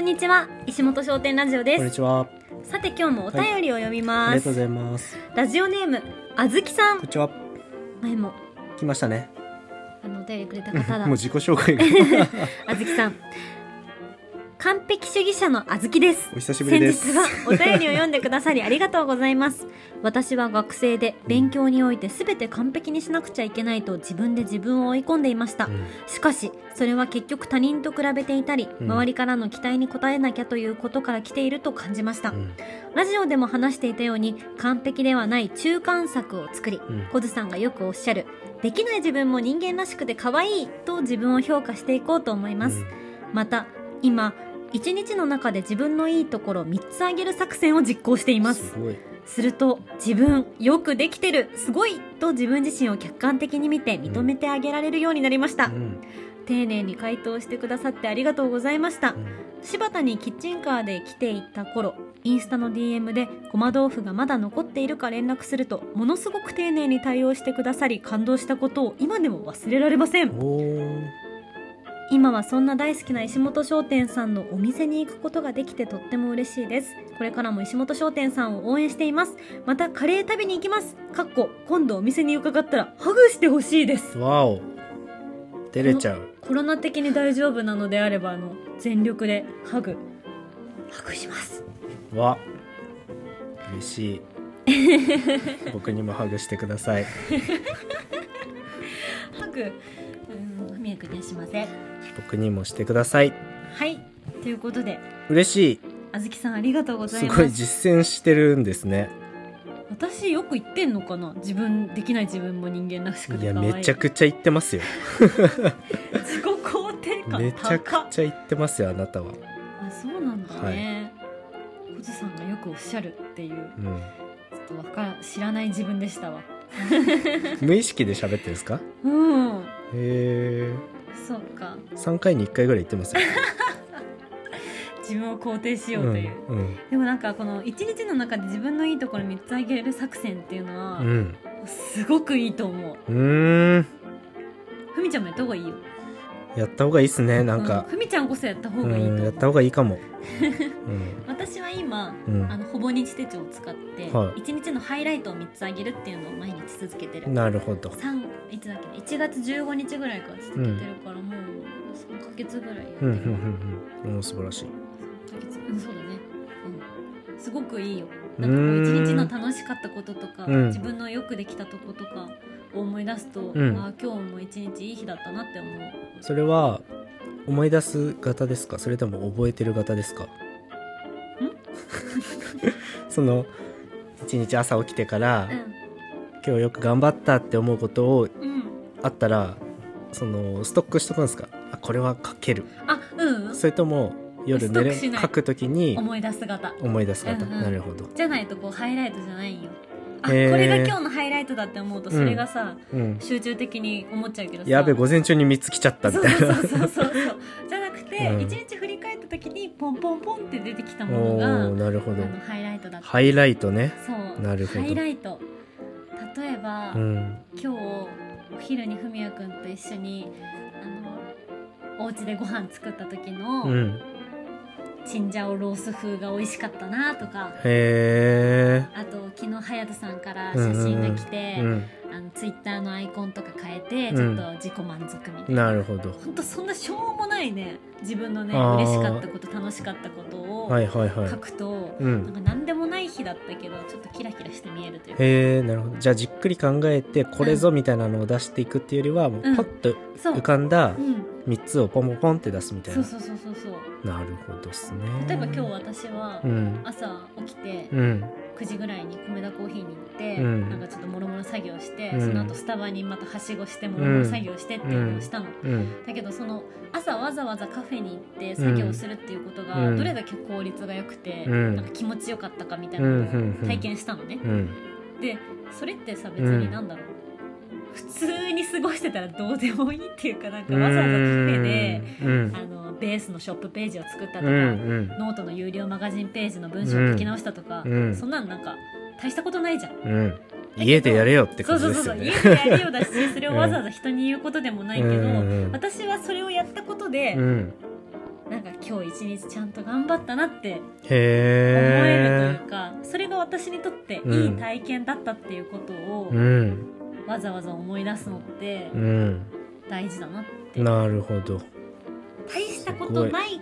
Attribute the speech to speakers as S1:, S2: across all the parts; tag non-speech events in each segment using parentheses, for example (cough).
S1: んにちは石本商店ラジオで
S2: こんに
S1: す
S2: ちは。
S1: さて今日もお便りを読みま
S2: ありが
S1: す、
S2: とうございます。
S1: ラジオネームあずきさ
S2: こん
S1: ん
S2: にちは。
S1: 前も
S2: 来ましたね。
S1: あのお便りくれた方だ
S2: もう自己紹
S1: (laughs)
S2: 介が。
S1: あずきさん完璧主義者のあずきです
S2: お久しぶり
S1: 先
S2: で
S1: 日
S2: す。
S1: はお便りを読んでくださりありがとうございます私は学生で勉強において全て完璧にしなくちゃいけないと自分で自分を追い込んでいました
S2: うん
S1: しかしそれは結局他人と比べていたり
S2: うん
S1: 周りからの期待に応えなきゃということから来ていると感じました
S2: うん
S1: ラジオでも話していたように完璧ではない中間策を作り
S2: うん
S1: コズさんがよくおっしゃるできない自分も人間らしくて可愛いと自分を評価していこうと思いますまた今一日の中で自分のいいところを3つ挙げる作戦を実行してい
S2: うん
S1: ますす
S2: ごい。
S1: すると自分よくできてるすごいと自分自身を客観的に見て認めてあげられるようになりました、
S2: うん
S1: 丁寧に回答してくださってありがとうございました
S2: うん
S1: 柴田にキッチンカーで来ていった頃インスタの DM でごま豆腐がまだ残っているか連絡するとものすごく丁寧に対応してくださり感動したことを今でも忘れられません
S2: おー
S1: 今はそんな大好きな石本商店さんのお店に行くことができてとっても嬉しいですこれからも石本商店さんを応援していますまたカレー食べに行きますかっこ今度お店に伺ったらハグしてほしいです
S2: わお。照れちゃう。
S1: コロナ的に大丈夫なのであればあの全力でハグハグします
S2: わ。嬉し
S1: (laughs)
S2: い。僕にもハグしてください。
S1: ハグうんミヤクにはしません
S2: 僕にもしてください。
S1: はいということで
S2: 嬉しい。
S1: あずきさんありがとうござ
S2: す
S1: いま
S2: ごい
S1: す
S2: 実践してるんですね。
S1: 私よく言ってんのかな自分できない自分も人間らしく
S2: い
S1: て
S2: や、
S1: 可愛い
S2: めちゃくちゃ言ってますよ。
S1: 自己肯定感高
S2: めちゃくちゃ言ってますよ、あなたは。
S1: あそうなんだね、コズさんがよくおっしゃるっていう
S2: うん。
S1: ちょっとわから知らない自分でしたわ
S2: 無意識で喋ってるんですか。
S1: うん
S2: へえ。
S1: そうか
S2: 3回に1回ぐらい言ってますよ。
S1: 自分を肯定しようという、
S2: うんうん
S1: でもなんかこの一日の中で自分のいいところ3つあげる作戦っていうのは、
S2: うん
S1: すごくいいと思う
S2: うーん
S1: ふみちゃんもやった方がいいよ
S2: やった方がいいっすねなん
S1: う
S2: か、
S1: ふみちゃんこそやった方
S2: う
S1: がいいと
S2: ん、
S1: 思
S2: やっ
S1: う
S2: た方がいい
S1: (laughs)
S2: かも
S1: 私は今
S2: うん、
S1: あのほぼ日手帳を使って、
S2: はい
S1: 一日のハイライトを3つあげるっていうのを毎日続けてる
S2: うん、なるほど
S1: 三いつだっけ1月15日ぐらいから続けてるから、もう3ヶ月ぐらいやって
S2: うん
S1: る、
S2: うんうんうんおー素晴らしい
S1: 3ヶ月うんそうだねうんすごくいいよ
S2: う
S1: な
S2: ー
S1: んかこうん一日の楽しかったこととか、
S2: うん
S1: 自分のよくできたとことかを思い出すと、
S2: ん
S1: ああ今日も一日いい日だったなって思う
S2: それは思い出す型ですかそれとも覚えてる型ですか (laughs) その一日朝起きてから、今日よく頑張ったって思うことを
S1: うん、うん、
S2: あったらそのストックしとくんですかあこれは書ける
S1: あうん
S2: それとも夜寝
S1: ストックし
S2: る
S1: ない
S2: 書くときに
S1: 思い出す型
S2: 思い出す方、
S1: うんうん
S2: なるほど、
S1: じゃないとこうハイライトじゃないよあ、
S2: へー
S1: これが今日のハイライトだって思うとそれがさ、
S2: うん、
S1: 集中的に思っちゃうけどさ
S2: やべ午前中に見つ来ちゃったみ
S1: そう
S2: たい
S1: そう
S2: な
S1: そうそうそうじゃなくて一、
S2: うん
S1: 日振り返った時にポンポンポンって出てきたもの
S2: おお
S1: が
S2: ーなるほ
S1: あ
S2: ど
S1: のハイライトだった、
S2: ハイライトね
S1: そう
S2: なるほど
S1: ハイライト例えば、
S2: うん
S1: 今日お昼にふみやくんと一緒にあのお家でご飯作った時
S2: う
S1: の
S2: ん
S1: チンジャオロース風が美味しかったなとか
S2: へ
S1: あと昨日隼人さんから写真が来て、
S2: えうん
S1: あのツイッターのアイコンとか変えて、
S2: うん
S1: ちょっと自己満足みたいな
S2: なるほど
S1: ほんとそんなしょうもないね自分のね
S2: あー
S1: 嬉しかったこと楽しかったことを
S2: はいはいは
S1: 書
S2: い
S1: くと、
S2: う
S1: なん
S2: ん
S1: か何でもない日だったけどちょっとキラキラして見えるというか
S2: へえなるほどじゃあじっくり考えてこれぞみたいなのを出していくっていうよりはもう
S1: うん
S2: パッと
S1: そう
S2: 浮かん
S1: う
S2: だ
S1: ん、
S2: 3つをポンポンポンって出すみたい
S1: そう
S2: な
S1: そうそうそうそう
S2: なるほどっすね
S1: 例えば今日私は
S2: うん
S1: 朝起きて
S2: うん
S1: 9時ぐらいに米田コーヒーに行って、
S2: うん
S1: なんかちょっともろもろ作業して、
S2: うん
S1: その後スタバにまたはしごしてもろもろ作業してっていうのをしたの、
S2: うん
S1: だけどその朝わざわざカフェに行って作業するっていうことが
S2: うん
S1: どれだけ効率が良くて、
S2: うん
S1: なんか気持ちよかったかみたい
S2: うんう
S1: なの
S2: んう
S1: を
S2: ん
S1: 体験したのね、
S2: うん
S1: でそれってさ別になんだろう、普通に過ごしてたらどうでもいいっていうかなんかわざわざカフェで、
S2: うん
S1: あのベースのショップページを作ったと
S2: う
S1: か、
S2: んうん
S1: ノートの有料マガジンページの文章を書き直したとか、
S2: うんうん
S1: そんなんなんか大したことないじゃん。
S2: うん、家でやれよって
S1: そ
S2: こ
S1: うそ
S2: と
S1: う
S2: で
S1: そう
S2: す
S1: そう
S2: よね。
S1: 家でやるようだしそれをわざわざ人に言うことでもないけど、
S2: うんうんうん
S1: 私はそれをやったことで、
S2: うん
S1: なんか今日一日ちゃんと頑張ったなって思える
S2: へ
S1: というか、それが私にとっていい体験だったっていうことを
S2: えうん
S1: わざわざ思い出すのって
S2: うん
S1: 大事だなって、
S2: なるほど
S1: 大したこ
S2: すご
S1: と
S2: い
S1: ない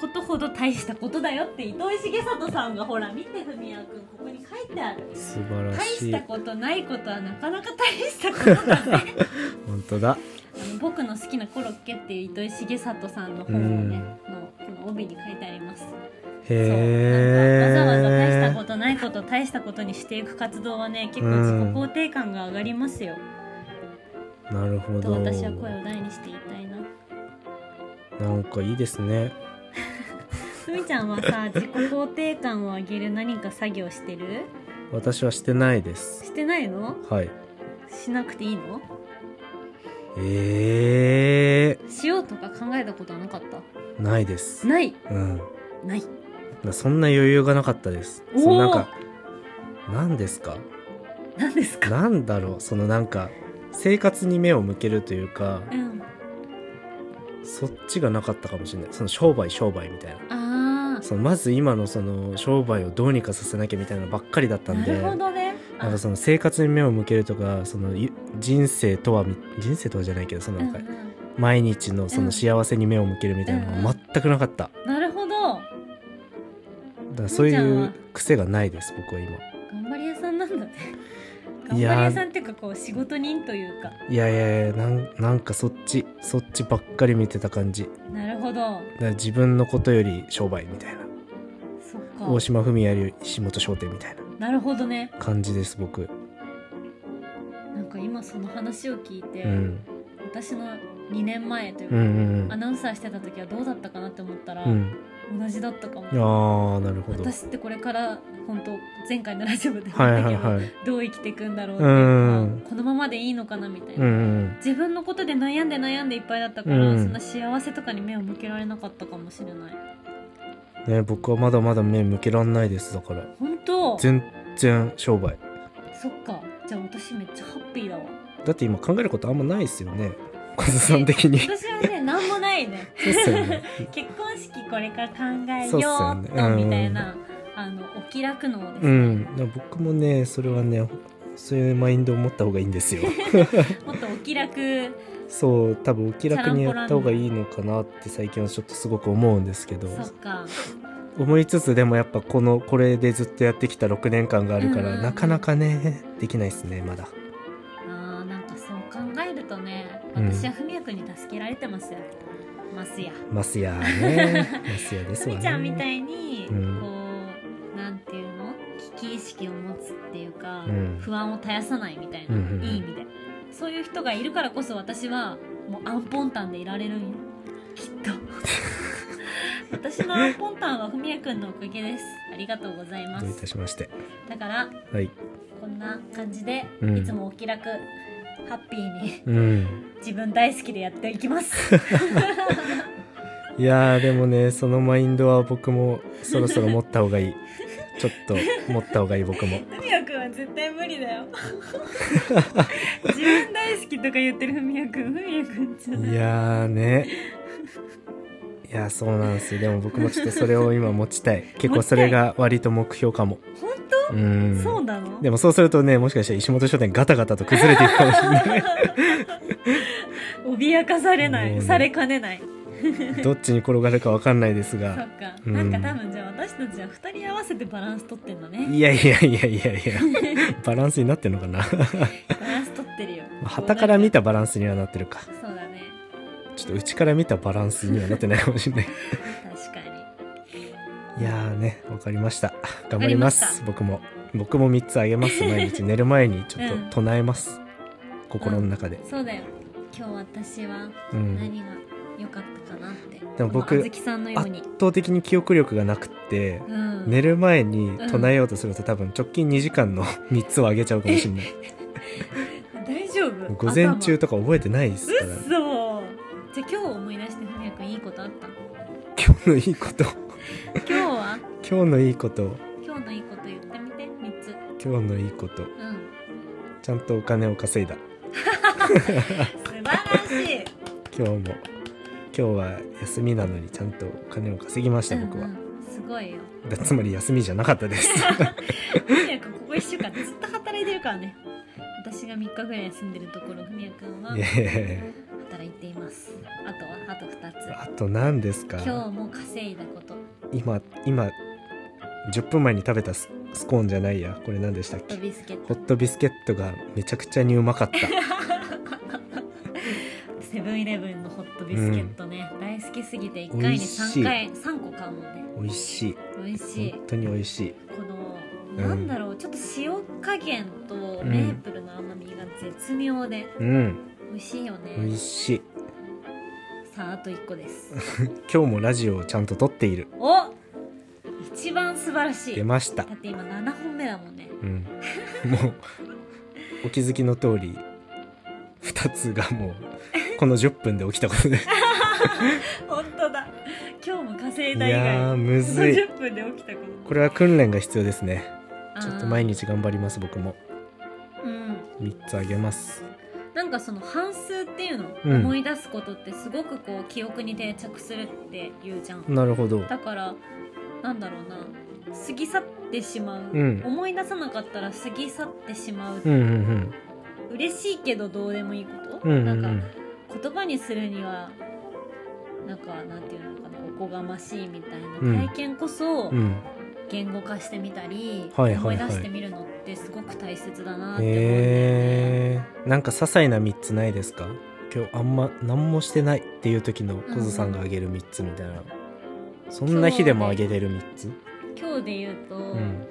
S1: ことほど大したことだよって糸井重里さんがほら見て文也君ここに書いてある
S2: 素晴ら
S1: 大
S2: し
S1: し
S2: い
S1: たことないことはなかなか大したことだ
S2: (laughs)
S1: ね
S2: 本当だ
S1: あの僕の好きなコロッケっていう糸井重里さんの本をね、のこの帯に書いてありますそう
S2: へえ
S1: なんかわざわざ大したことないことを大したことにしていく活動はね結構自己肯定感が上がりますよ、
S2: なるほ
S1: と
S2: ど
S1: 私は声を大にして言いたいな
S2: なんかいいですね
S1: ふみちゃんは
S2: (laughs)
S1: さ自己肯定感を上げる何か作業してる
S2: 私はしてないです
S1: してないの
S2: はい
S1: しなくていいの
S2: え
S1: しようとか考えたことはなかった
S2: ー、ないです
S1: ない
S2: うん
S1: ない
S2: そんな余裕がなかったです
S1: おー
S2: そのなんか何ですか
S1: 何ですか
S2: なんだろうそのなんか生活に目を向けるというか
S1: うん
S2: そっちがなかったかもしれないその商売商売みたいな
S1: あ
S2: そのまず今のその商売をどうにかさせなきゃみたいなのばっかりだっ
S1: あ
S2: たん
S1: な
S2: で
S1: るほどね
S2: なんかその生活に目を向けるとかそのい人生とはみ人生とはじゃないけどその
S1: う
S2: なん
S1: ん
S2: か
S1: う
S2: 毎日のそうの
S1: ん
S2: 幸せに目を向けるみたいなのが全くなかっただか
S1: ん、なるほど
S2: らそうい
S1: みーちゃん
S2: う
S1: は
S2: 癖がないです僕は今
S1: 頑張り屋さんなんだね頑張
S2: い
S1: り
S2: やー
S1: 屋さんっていうかこう仕事人というか
S2: いやいやいやなんなんかそっちそっちばっかり見てた感じ
S1: なるほど
S2: だから自分のことより商売みたいな
S1: そ
S2: 大
S1: っか
S2: 島文也より石本商店みたいな
S1: なるほどね
S2: 感じです僕
S1: なんか今その話を聞いて、
S2: うん
S1: 私の2年前という
S2: う
S1: か、
S2: んうん
S1: アナウンサーしてた時はどうだったかなって思ったら、
S2: うん
S1: 同じだったかも
S2: うんああなるほどはい
S1: 私ってこれから本当前回のラジオでも言ったけど、
S2: はいはい
S1: どう生きていくんだろうっていう
S2: う
S1: か、
S2: ん
S1: このままでいいのかなみたい
S2: うんう
S1: な、
S2: ん
S1: 自分のことで悩んで悩んでいっぱいだったから、
S2: うん
S1: そんな幸せとかに目を向けられなかったかもしれない
S2: うんね僕はまだまだ目向けらんないですだから
S1: 本当
S2: 全然商売
S1: そっかじゃあ私めっちゃハッピーだわ
S2: だって今考えることあんまないですよね小津さん的に
S1: 私
S2: (laughs)
S1: はね何もないね
S2: そうっすよ
S1: (laughs)
S2: ね
S1: 結婚式これから考え
S2: そうっす
S1: よ
S2: よ
S1: う
S2: ね
S1: っ
S2: う
S1: と
S2: ん
S1: みたいな、あのお気楽のです
S2: う
S1: ね、
S2: んだから僕もねそれはねそういうマインドを持った方がいいんですよ
S1: (laughs) もっとお気楽
S2: そう多分お気楽にやった方がいいのかなって最近はちょっとすごく思うんですけど
S1: そっか
S2: 思いつつでもやっぱこのこれでずっとやってきた6年間があるから、
S1: うん
S2: なかなかねできないですねまだ
S1: あーなんかそう考えるとね
S2: うん
S1: 私はふみやくんに助けられてますよ、ますや
S2: ますや
S1: (laughs)
S2: ねますやで
S1: ふ
S2: す
S1: み
S2: わね
S1: ちゃんみたいに、
S2: うん
S1: こうなんていうの危機意識を持つっていうか、
S2: うん
S1: 不安を絶やさないみたいな、
S2: うんうんうん
S1: いい意味でそういう人がいるからこそ私はもうアンポンタンでいられるんよきっと
S2: (laughs)
S1: 私のアンポンタンはふみやくんのおかげですありがとうございま
S2: どうい
S1: す
S2: たしまして
S1: だから
S2: はい
S1: こんな感じで、
S2: うん
S1: いつもお気楽ハッピーに
S2: うん
S1: 自分大好きでやっていきます
S2: いやーでもねそのマインドは僕もそろそろ持った方が
S1: (laughs)
S2: いいちょっと持った方がいい僕も
S1: ふみやくんは絶対無理だよ自分大好きとか言ってるふみやくんふみやくんじゃない
S2: いやーねいやーそうなんですよでも僕もちょっとそれを今持ちたい結構それが割と目標かも
S1: (laughs) 本
S2: うん
S1: 当そうなの
S2: でもそうするとね、もしかしたら石本書店ガタガタと崩れていくかもし
S1: (laughs)
S2: れない。
S1: 脅かされな
S2: もう
S1: い
S2: ね
S1: されかねない
S2: どっちに転がるかわかんないです
S1: そっ
S2: が。
S1: か、
S2: うん
S1: なんか多分じゃあ私たちは2人合わせてバランス取ってんだね
S2: いやいやいやいやいや、バランスになってるのかな。
S1: バランス取ってるよ
S2: 旗から見
S1: た
S2: たバランスにはなってるか。
S1: そうだね
S2: ちょっと内から見たバランスにはなってないかもしれない。
S1: 確かに
S2: いやーね、わかりました。頑張りま
S1: わかりまし
S2: す。
S1: た
S2: 僕も。僕も3つあげます。毎日寝る前にちょっ
S1: うん
S2: と唱えます。心の中で。
S1: そうだよ今日私は
S2: うん。
S1: 何が良かったかなって、
S2: でも僕
S1: このあずきさんのよう
S2: 圧
S1: に、
S2: 倒的に記憶力がなくって、
S1: うん、
S2: 寝る前に唱えようとすると多分直近2時間の3つをあげちゃうかもしれない。
S1: 大丈夫
S2: 午前中とか覚えてないですから、
S1: 頭嘘じゃあ今日思い出してふみやくんいいことあった
S2: 今日のいいこと
S1: 今日は
S2: 今日のいいこと
S1: 今日のいいこと言ってみて三つ
S2: 今日のいいこと
S1: うん
S2: ちゃんとお金を稼いだ
S1: 素晴らしい
S2: 今日も今日は休みなのにちゃんとお金を稼ぎました僕は
S1: うん、うんすごいよ
S2: だつまり休みじゃなかったです
S1: (laughs) ふみやくんここ1週間ずっと働いてるからね私が3日ぐらい休んでるところふみやくんはい
S2: やいやい
S1: 働いていますあとはあと
S2: や
S1: 2
S2: あと何です
S1: つ今
S2: か
S1: 日も稼いだこと
S2: 今今10分前に食べたススコーンじゃないやこれ何でしたっ
S1: と
S2: け
S1: ビスケッ
S2: ホ
S1: ト
S2: ットビスケットがめちゃくちゃにうまかった
S1: セブンイレブンのホットビスケットね、大好きすぎて1回に3回3個買うもんね
S2: 美味しい
S1: 美味しい
S2: 本当に美味しい
S1: この、
S2: ん
S1: なんだろうちょっと塩加減とメープルの甘みが絶妙で
S2: うん
S1: 美味しいよね、
S2: 美味しい
S1: さああと1個です
S2: (laughs) 今日もラジオをちゃんと撮っている
S1: お一番素晴らしい
S2: 出
S1: だ
S2: ました
S1: って今7本目だもんね
S2: うんもうお気づきの通り2つがもうこの10分で起きたことで
S1: 本当だ今日も稼い
S2: い
S1: だ以外
S2: やーむずい
S1: 10分で起きたこ
S2: これは訓練が必要ですね
S1: と
S2: ちょっと
S1: あー
S2: 毎日頑張ります僕も
S1: うん
S2: 3つあげます
S1: なんかその半数っていうのを
S2: うん
S1: 思い出すことってすごくこう記憶に定着するって言うじゃん、
S2: なるほど
S1: だからなんだろうな過ぎ去ってしまう、
S2: うん
S1: 思い出さなかったら過ぎ去ってしまう、
S2: うんうん
S1: 嬉しいけどどうでもいいこと、
S2: うんうん
S1: な
S2: うんんう
S1: か
S2: ん
S1: 言葉にするにはなんかなんていうのかなおこがましいみたいな
S2: うん
S1: 体験こそ
S2: うん
S1: 言語化してみたり、
S2: はいはいはい
S1: 思い出してみるのってすごく大切だなって思うんだよね。
S2: えー、なんか些細な3つないですか今日あんま何もしてないっていう時のコズさんがあげる3つみたいな、そんな日でもあげれる3つ
S1: 今日で言うと、
S2: うん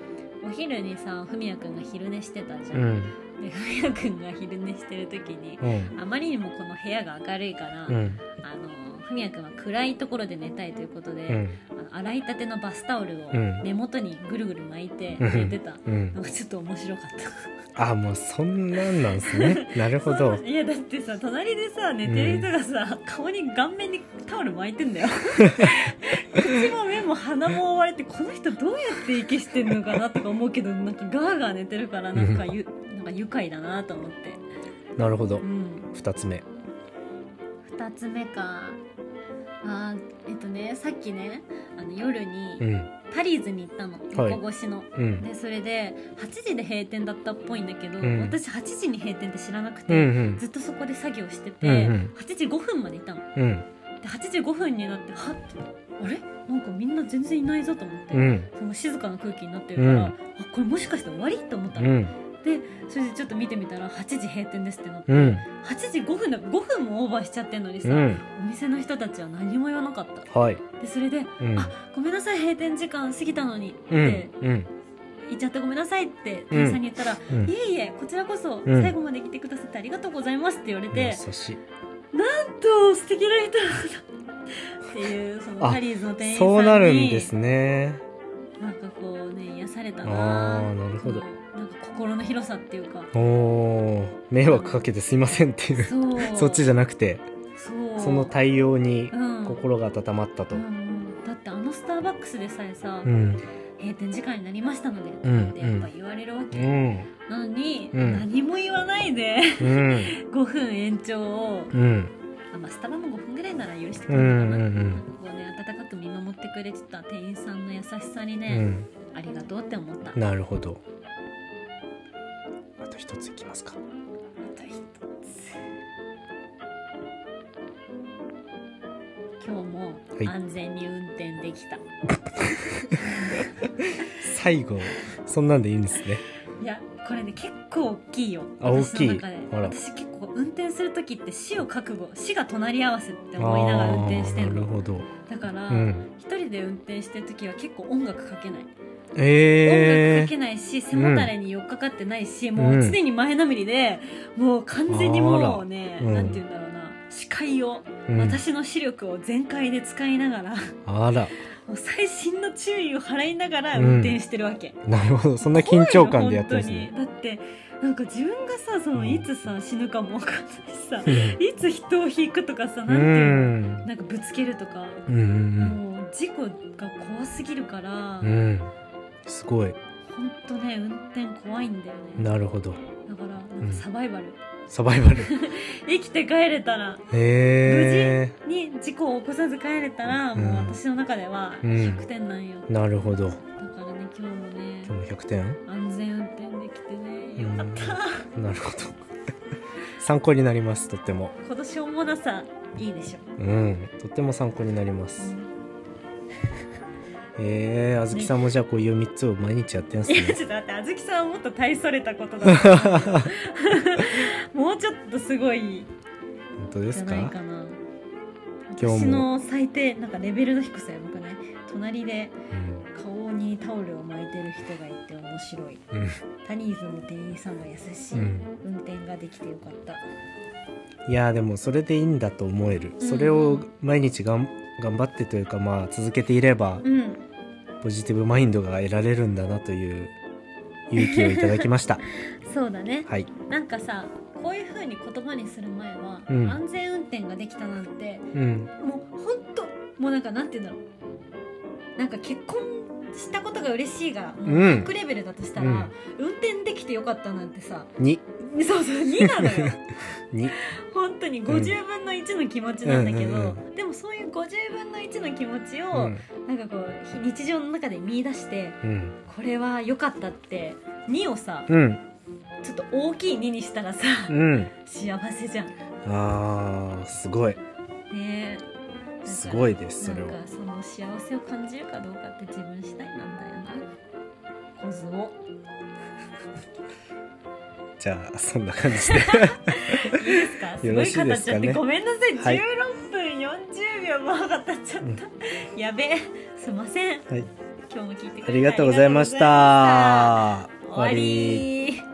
S1: お昼にさふみやくんが昼寝してたじゃ、
S2: うんん
S1: でふみやくんが昼寝してる時に
S2: うん
S1: あまりにもこの部屋が明るいから、
S2: うん
S1: あのふみやくんは暗いところで寝たいということ
S2: う
S1: で、
S2: ん
S1: あの洗いたてのバスタオルを
S2: うん
S1: 根元にぐるぐる巻いて寝てた
S2: うん
S1: のがちょっと面白かっ
S2: あもうそんなんなんすねなる
S1: た、
S2: ほど
S1: そういやだってさ隣でさ寝てる人がさ、顔に顔面にタオル巻いてんだよ口も目も鼻も覆われてこの人どうやって息してんのかなとか思うけどなんかガーガー寝てるからなんかゆ、なんか愉快だなと思って
S2: なるほど
S1: うん
S2: 2つ目
S1: 2つ目かあーえっとねさっきねあの夜
S2: う
S1: に
S2: ん
S1: タリーズに行ったの
S2: はい
S1: 横越しの、
S2: うん
S1: でそれで8時で閉店だったっぽいんだけど、
S2: うん
S1: 私8時に閉店って知らなく
S2: う
S1: て、
S2: ん
S1: ずっとそこで作業してて、
S2: うんうん
S1: 8時5分までいたの
S2: うんうん
S1: で8時5分になってはっあれなんかみんな全然いないぞと思って、
S2: うん
S1: その静かな空気になってるから、
S2: うん
S1: あこれもしかして終わりと思った
S2: う
S1: の、
S2: ん
S1: それでちょっと見てみたら8時閉店ですってなって、
S2: うん
S1: 8時5分だ5分もオーバーしちゃってんのにさ、
S2: うん
S1: お店の人たちは何も言わなかった
S2: はい
S1: でそれで「
S2: うん
S1: あごめんなさい閉店時間過ぎたのに」って、
S2: うんうん
S1: 言っちゃってごめんなさいって店員さんに言ったら「
S2: うん
S1: いえいえこちらこそ
S2: うん
S1: 最後まで来てくださってありがとうございます」って言われ
S2: 優
S1: て
S2: しい
S1: 「なんと素敵な人だ」っていうその
S2: あ
S1: タリーズの店員さんに
S2: そうなるんですね
S1: なんかこうね癒された
S2: あ
S1: な
S2: ーなるほど
S1: そのなんか心の広さっていうか
S2: おお迷惑かけてすいませんっていう
S1: そう
S2: (laughs) そっちじゃなくて
S1: そう
S2: その対応に
S1: うん
S2: 心が温まったと
S1: うんうんだってあのスターバックスでさえさ、
S2: うん
S1: 閉店時間になりましたので、
S2: うん
S1: ってやっぱ言われるわけ、
S2: うん
S1: なのに、
S2: うん
S1: 何も言わないで (laughs)
S2: うん
S1: 5分延長を、
S2: うん
S1: あまあ、スタバも5分ぐらいなら許してくれるかな,、
S2: うんうんうん
S1: なんかこうね温かく見守ってくれてた店員さんの優しさに
S2: う
S1: ね、
S2: ん
S1: ありがとうって思ったあ
S2: なるほどあと一ついきますか
S1: と一つ今日も
S2: はい
S1: 安全に運転できた、
S2: 最後そんなんでいいんですね
S1: いやこれね結構大きいよ
S2: あ
S1: 私の
S2: 大きい
S1: 中で
S2: あら
S1: 私結構運転する時って死を覚悟死が隣り合わせって思いながら運転して
S2: あー
S1: ん
S2: な
S1: の
S2: るほど
S1: だから、
S2: うん
S1: 一人で運転してる時は結構音楽かけない、音楽
S2: え
S1: かけないし背もたれに寄っかかってないし、もう常に前のめりでもう完全にもうね、
S2: あらうん
S1: なんて言うんだろうな視界を、
S2: えうん
S1: 私の視力を全開で使いながら (laughs)
S2: あら
S1: もう細心の注意を払いながら運転してるわけ、
S2: なるほどそんな緊張感でやってるんです
S1: 怖い
S2: ね
S1: よ本当にだってなんか自分がさそのいつさ死ぬかも分かんないし
S2: うん
S1: さいつ人を引くとかさな
S2: う
S1: んていうの
S2: ん
S1: なんかぶつけるとか、
S2: うんうん
S1: もう事故が怖すぎるから、
S2: うんうんすごい
S1: ほんとね運転怖いんだよね
S2: なるほど
S1: だからな
S2: うんん
S1: かサバイバル、
S2: サバイ
S1: (laughs)
S2: バル
S1: 生きて帰れたら
S2: へえ
S1: に事故を起こさず帰れたら、もう
S2: うん
S1: 私の中では
S2: うん
S1: 100点なんよ、
S2: なるほど
S1: だからね今日もね
S2: 今日も100点
S1: 安全運転できてねよかった、
S2: なるほど参考になりますとっても
S1: 今年ももなさいいでしょ、
S2: うんとっても参考になります
S1: う
S2: へえあずきさんもじゃあこういう3つを毎日やってんす
S1: ん、いや
S2: ね
S1: ちょっと待ってあずきさんはもっと大それたことだ
S2: (laughs)
S1: と思うもうちょっとすごい
S2: 本当で
S1: じ
S2: す
S1: ゃない
S2: か
S1: かな
S2: 今日も
S1: 私の最低なんかレベルの低さやばくない隣で
S2: うん
S1: 顔にタオルを巻いてる人がいて面白い
S2: うん
S1: タニーズの店員さんが優しい、
S2: うん
S1: 運転ができてよかった
S2: いやーでもそれでいいんだと思える、それを毎日がん頑張ってというかまあ続けていれば
S1: うん
S2: ポジティブマインドが得られるんだなという勇気をいただきま (laughs) した
S1: そうだね
S2: はい
S1: なんかさこういう風に言葉にする前は、
S2: うん
S1: 安全運転ができたなんて
S2: うん
S1: もうほんともうなんかなんて言うんだろうなんか結婚したことが嬉しいがもう
S2: うん
S1: 100レベルだとしたら、
S2: うん
S1: 運転できてよかったなんてさ
S2: に
S1: そうそう2なの
S2: (laughs)
S1: よ
S2: に
S1: 本当に50分の1の気持ちなんだけど、
S2: うんうんう
S1: でもそういう50分の1の気持ち
S2: う
S1: を、
S2: ん
S1: なんかこう日日常の中で見出して
S2: うん
S1: これは良かったって2をさ
S2: うん
S1: ちょっと大きい2にしたらさ
S2: うん
S1: 幸せじゃん
S2: あーすごい
S1: ねえ
S2: すご
S1: い
S2: いですそれ
S1: な
S2: は
S1: んかその幸せを感じるかどうかって自分次第なんだよなコズを
S2: じゃあそんな感じ (laughs) で
S1: いいですかす
S2: よ
S1: ご
S2: ろ
S1: い
S2: しい
S1: 語
S2: で
S1: っ
S2: す
S1: ちゃ
S2: か
S1: っ
S2: ね
S1: てごめんなさい、
S2: はい
S1: 16分40秒も語っちゃ
S2: うん
S1: ったやべえすいません
S2: はい
S1: 今日も聞いてくれて
S2: ありがとうございました
S1: ありがとうございました終わり